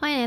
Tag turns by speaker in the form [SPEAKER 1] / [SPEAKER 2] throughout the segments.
[SPEAKER 1] 来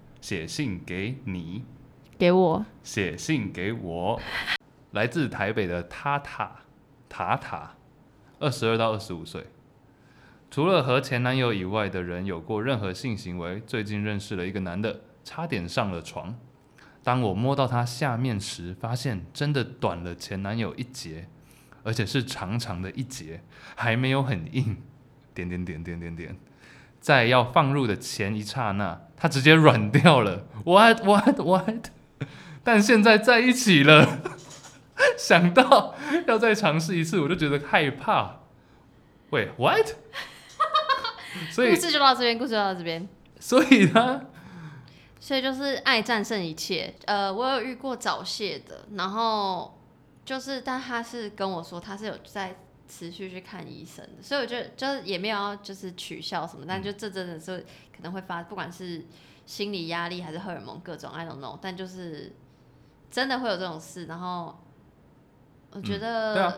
[SPEAKER 2] 写信给你，
[SPEAKER 1] 给我
[SPEAKER 2] 写信给我。来自台北的塔塔塔塔，二十二到二十五岁，除了和前男友以外的人有过任何性行为。最近认识了一个男的，差点上了床。当我摸到他下面时，发现真的短了前男友一截，而且是长长的一截，还没有很硬。点点点点点点，在要放入的前一刹那，他直接软掉了。What what what？但现在在一起了，想到要再尝试一次，我就觉得害怕。喂，what？所以
[SPEAKER 1] 故事就到这边，故事就到这边。
[SPEAKER 2] 所以他
[SPEAKER 1] 所以就是爱战胜一切。呃，我有遇过早泄的，然后就是，但他是跟我说他是有在持续去看医生的，所以我觉得就是也没有要就是取笑什么，
[SPEAKER 2] 嗯
[SPEAKER 1] 但就这真的是可能会发，不管是心理压力还是荷尔蒙各种，I don't know，但就是真的会有这种事。然后我觉得，
[SPEAKER 2] 嗯对啊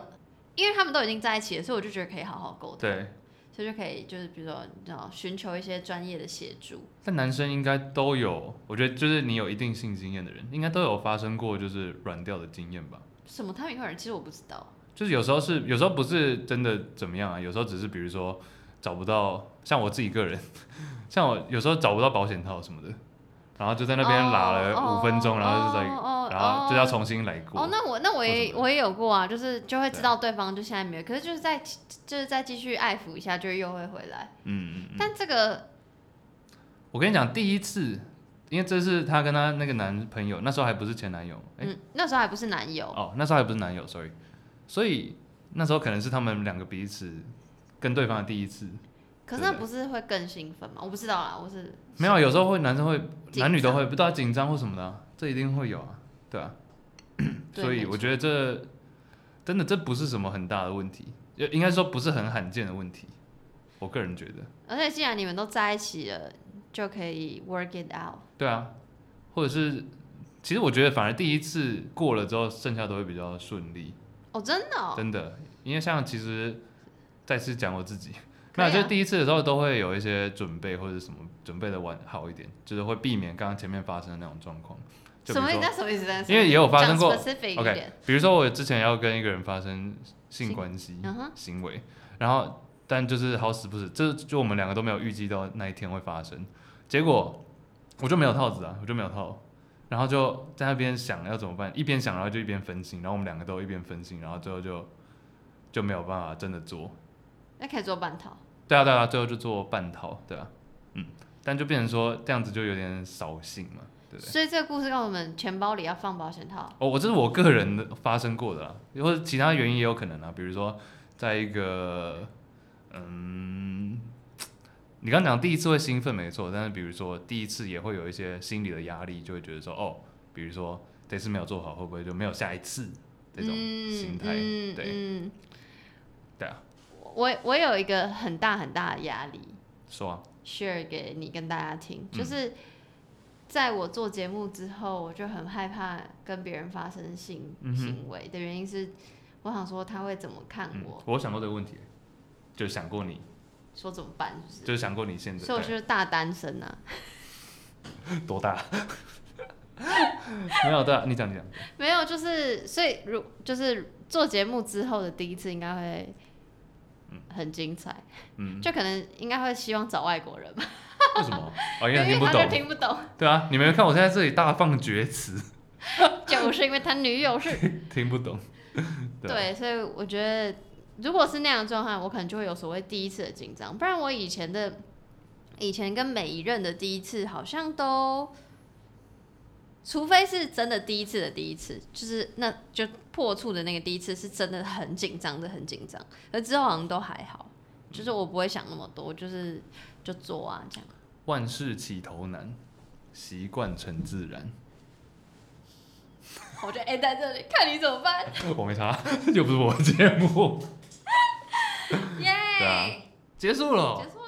[SPEAKER 1] 因为他们都已经在一起了，所以我就觉得可以好好沟通，
[SPEAKER 2] 对，
[SPEAKER 1] 所以就可以就是比如说你知道寻求一些专业的协助。
[SPEAKER 2] 但男生应该都有，我觉得就是你有一定性经验的人，应该都有发生过就是软掉的经验吧。
[SPEAKER 1] 什么？他们有人其实我不知道。
[SPEAKER 2] 就是有时候是，有时候不是真的怎么样啊，有时候只是比如说找不到，像我自己个人， 像我有时候找不到保险套什么的，然后就在那边拉了五分钟，然后就在，
[SPEAKER 1] 哦
[SPEAKER 2] 然后就要。重新来过。
[SPEAKER 1] 哦，那我那我
[SPEAKER 2] 或
[SPEAKER 1] 也
[SPEAKER 2] 什么的
[SPEAKER 1] 我也有过啊，就是就会知道对方就现在没有，可是就是再就是再继续爱抚一下，就又会回来。
[SPEAKER 2] 嗯嗯嗯。
[SPEAKER 1] 但这个
[SPEAKER 2] 我跟你讲，第一次，因为这是她跟她那个男朋友，那时候还不是前男友，哎、
[SPEAKER 1] 嗯，那时候还不是男友，
[SPEAKER 2] 哦，那时候还不是男友，sorry，所以那时候可能是他们两个彼此跟对方的第一次，
[SPEAKER 1] 可是那不是会更兴奋吗？我不知道啊啦，我是
[SPEAKER 2] 没有，有时候会男生会，
[SPEAKER 1] 紧
[SPEAKER 2] 男女都
[SPEAKER 1] 张
[SPEAKER 2] 会，不知道紧张或什么的啊、这一定会有啊，对啊。
[SPEAKER 1] 对
[SPEAKER 2] 所以
[SPEAKER 1] 没错
[SPEAKER 2] 我觉得这真的这不是什么很大的问题，也应该说不是很罕见的问题。我个人觉得，
[SPEAKER 1] 而且既然你们都在一起了，就可以 work it out。
[SPEAKER 2] 对啊，或者是其实我觉得反而第一次过了之后，剩下都会比较顺利，
[SPEAKER 1] 哦，真的哦，
[SPEAKER 2] 真的。因为像其实再次讲我 自己，
[SPEAKER 1] 可
[SPEAKER 2] 没
[SPEAKER 1] 以
[SPEAKER 2] 有，
[SPEAKER 1] 啊
[SPEAKER 2] 就是第一次的时候都会有一些准备或者什么准备的完好一点，就是会避免刚刚前面发生的那种状况。就
[SPEAKER 1] 什
[SPEAKER 2] 比如
[SPEAKER 1] 么意
[SPEAKER 2] 说
[SPEAKER 1] 思？那什么意思？那什么意思
[SPEAKER 2] 因为也有发生过
[SPEAKER 1] 讲 specific 一
[SPEAKER 2] OK，
[SPEAKER 1] 点。
[SPEAKER 2] 比如说我之前要跟一个人发生性
[SPEAKER 1] 性
[SPEAKER 2] 关系
[SPEAKER 1] 嗯哼
[SPEAKER 2] 行为，然后但就是好死不死，这就我们两个都没有预计到那一天会发生，结果我就没有套子啊，我就没有套，然后就在那边想要怎么办，一边想然后就一边分心，然后我们两个都一边分心，然后最后就就没有办法真的做，
[SPEAKER 1] 那可以做半套。
[SPEAKER 2] 对啊对啊，最后就做半套，对啊，嗯，但就变成说这样子就有点扫兴嘛，对不对？
[SPEAKER 1] 所以这个故事告诉我们，钱包里要放保险套。
[SPEAKER 2] 哦，我这是我个人的发生过的啦，或者其他原因也有可能啊，比如说在一个，嗯，你刚讲第一次会兴奋没错，但是比如说第一次也会有一些心理的压力，就会觉得说哦，比如说这次没有做好，会不会就没有下一次这种心态？
[SPEAKER 1] 嗯嗯
[SPEAKER 2] 对
[SPEAKER 1] 嗯
[SPEAKER 2] 对啊，
[SPEAKER 1] 我我有一个很大很大的压力
[SPEAKER 2] 说啊，
[SPEAKER 1] ，share 给你跟大家听，
[SPEAKER 2] 嗯
[SPEAKER 1] 就是在我做节目之后，我就很害怕跟别人发生性
[SPEAKER 2] 嗯哼
[SPEAKER 1] 行为的原因是，我想说他会怎么看
[SPEAKER 2] 嗯
[SPEAKER 1] 我，，
[SPEAKER 2] 我想过这个问题，就想过你，
[SPEAKER 1] 说怎么办，是不
[SPEAKER 2] 就是想过你现
[SPEAKER 1] 是？所以我
[SPEAKER 2] 在
[SPEAKER 1] 就是大单身啊，
[SPEAKER 2] 多大？ 没有对啊，你讲你讲，
[SPEAKER 1] 没有，就是所以如就是做节目之后的第一次应该会很精彩，
[SPEAKER 2] 嗯，
[SPEAKER 1] 就可能应该会希望找外国人吧，
[SPEAKER 2] 为什么？哦，
[SPEAKER 1] 因
[SPEAKER 2] 因为
[SPEAKER 1] 为
[SPEAKER 2] 听不
[SPEAKER 1] 他
[SPEAKER 2] 懂
[SPEAKER 1] 就。听不懂，
[SPEAKER 2] 对啊，你没有看我现在这里大放厥词，
[SPEAKER 1] 就是因为他女友是
[SPEAKER 2] 听不懂。啊，
[SPEAKER 1] 对，所以我觉得如果是那样的状态，我可能就会有所谓第一次的紧张，不然我以前的以前跟每一任的第一次好像都，除非是真的第一次的第一次，就是那就破处的那个第一次是真的很紧张的，很紧张，而之后好像都还好，
[SPEAKER 2] 嗯
[SPEAKER 1] 就是我不会想那么多，就是就做啊这样。
[SPEAKER 2] 万事起头难，习惯成自然。
[SPEAKER 1] 我就 A 在这里，看你怎么 办，
[SPEAKER 2] 我没查，又不是我的节目，
[SPEAKER 1] 耶、哎
[SPEAKER 2] 对啊结束了
[SPEAKER 1] 结。束